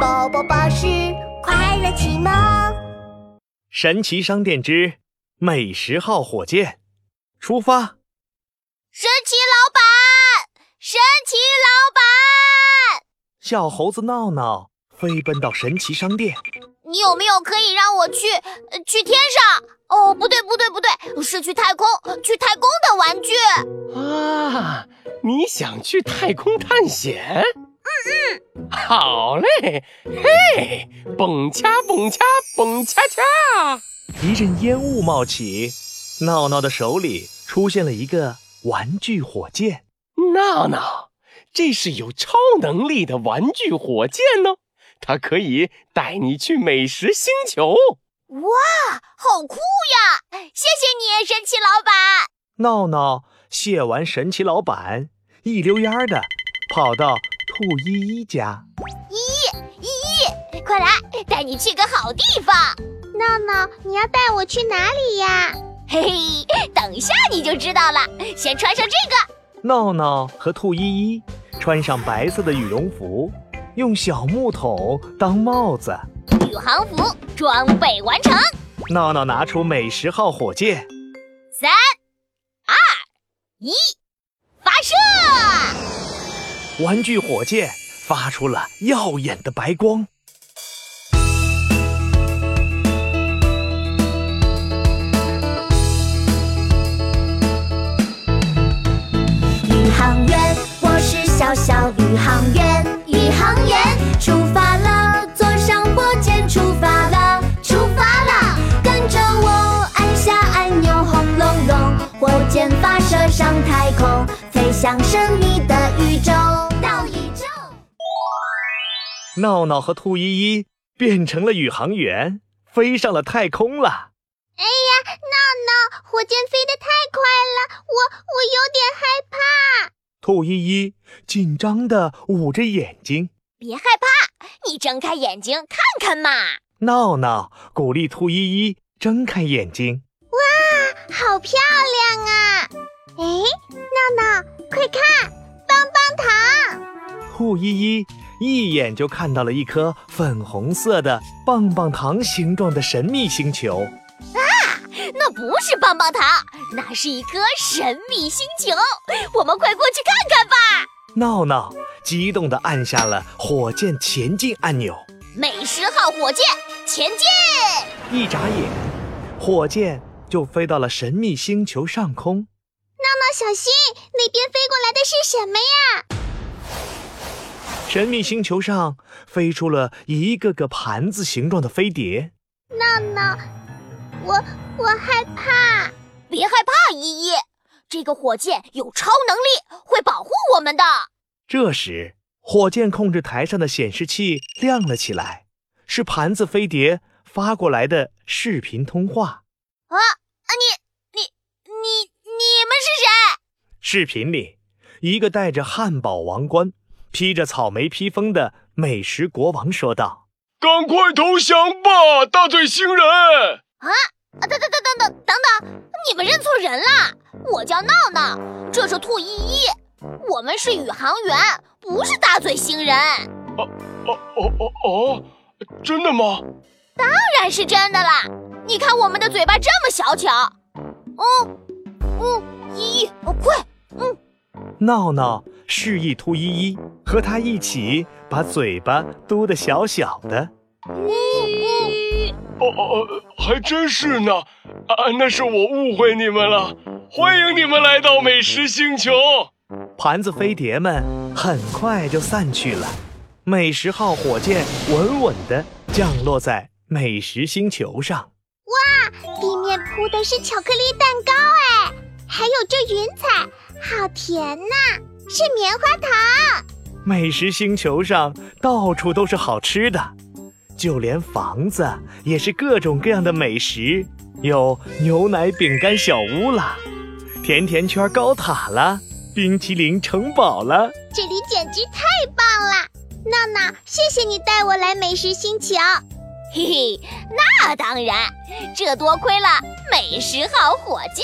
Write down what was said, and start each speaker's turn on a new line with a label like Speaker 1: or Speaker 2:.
Speaker 1: 宝宝巴士快乐启蒙。
Speaker 2: 神奇商店之美食号火箭，出发！
Speaker 3: 神奇老板，神奇老板，
Speaker 2: 小猴子闹闹飞奔到神奇商店，
Speaker 3: 你有没有可以让我去呃去天上？哦，不对，不对，不对，是去太空，去太空的玩具。
Speaker 4: 啊，你想去太空探险？嗯嗯，好嘞，嘿，蹦恰蹦恰蹦恰恰，
Speaker 2: 一阵烟雾冒起，闹闹的手里出现了一个玩具火箭。
Speaker 4: 闹闹，这是有超能力的玩具火箭哦，它可以带你去美食星球。
Speaker 3: 哇，好酷呀！谢谢你，神奇老板。
Speaker 2: 闹闹谢完神奇老板，一溜烟儿的跑到兔依依家。
Speaker 3: 依依，快来，带你去个好地方。
Speaker 1: 闹闹，你要带我去哪里呀？
Speaker 3: 嘿嘿，等下你就知道了。先穿上这个，
Speaker 2: 闹闹和兔依依穿上白色的羽绒服，用小木桶当帽子。
Speaker 3: 宇航服装备完成。
Speaker 2: 闹闹拿出美食号火箭，
Speaker 3: 三、二、一，发射！
Speaker 2: 玩具火箭发出了耀眼的白光。
Speaker 5: 宇航员，我是小小宇航员。宇航员，出发了，坐上火箭出发了，出发了，跟着我按下按钮，轰隆隆，火箭发射上太空，飞向神秘的宇宙。到宇宙，
Speaker 2: 闹闹和兔依依变成了宇航员，飞上了太空了。
Speaker 1: 闹闹，火箭飞得太快了，我我有点害怕。
Speaker 2: 兔依依紧张地捂着眼睛。
Speaker 3: 别害怕，你睁开眼睛看看嘛。
Speaker 2: 闹闹鼓励兔依依睁开眼睛。
Speaker 1: 好漂亮啊！哎，闹闹，快看，棒棒糖！
Speaker 2: 兔依依一眼就看到了一颗粉红色的棒棒糖形状的神秘星球。
Speaker 3: 那不是棒棒糖，那是一颗神秘星球。我们快过去看看吧！
Speaker 2: 闹闹激动地按下了火箭前进按钮。
Speaker 3: 美食号火箭前进！
Speaker 2: 一眨眼，火箭就飞到了神秘星球上空。
Speaker 1: 闹闹，小心，那边飞过来的是什么呀？
Speaker 2: 神秘星球上飞出了一个个盘子形状的飞碟。
Speaker 1: 闹闹，我我害怕。
Speaker 3: 别害怕，依依，这个火箭有超能力，会保护我们的。
Speaker 2: 这时，火箭控制台上的显示器亮了起来，是盘子飞碟发过来的视频通话。
Speaker 3: 啊，你你你你们是谁？
Speaker 2: 视频里，一个戴着汉堡王冠、披着草莓披风的美食国王说道
Speaker 4: 赶快投降吧，大嘴星人！
Speaker 3: 啊，等等等等等等等，你们认错人了。我叫闹闹，这是兔依依，我们是宇航员，不是大嘴星人。当
Speaker 4: 哦哦哦哦，真的吗？
Speaker 3: 然是真的啦，你看我们的嘴巴这么小巧。嗯嗯，依依，哦快！：“
Speaker 2: 闹闹示意兔依依和他一起把嘴巴嘟得小小的。
Speaker 4: 哦哦哦，还真是呢！啊，那是我误会你们了。欢迎你们来到美食星球。”
Speaker 2: 盘子飞碟们很快就散去了。美食号火箭稳稳地降落在美食星球上。
Speaker 1: 地面铺的是巧克力蛋糕，哎，还有这云彩，好甜呐、是棉花糖。
Speaker 2: 美食星球上到处都是好吃的，就连房子也是各种各样的美食，有牛奶饼干小屋啦，甜甜圈高塔啦，冰淇淋城堡啦。
Speaker 1: 这里简直太棒了！闹闹，谢谢你带我来美食星球。
Speaker 3: 嘿嘿，那当然，这多亏了美食号火箭。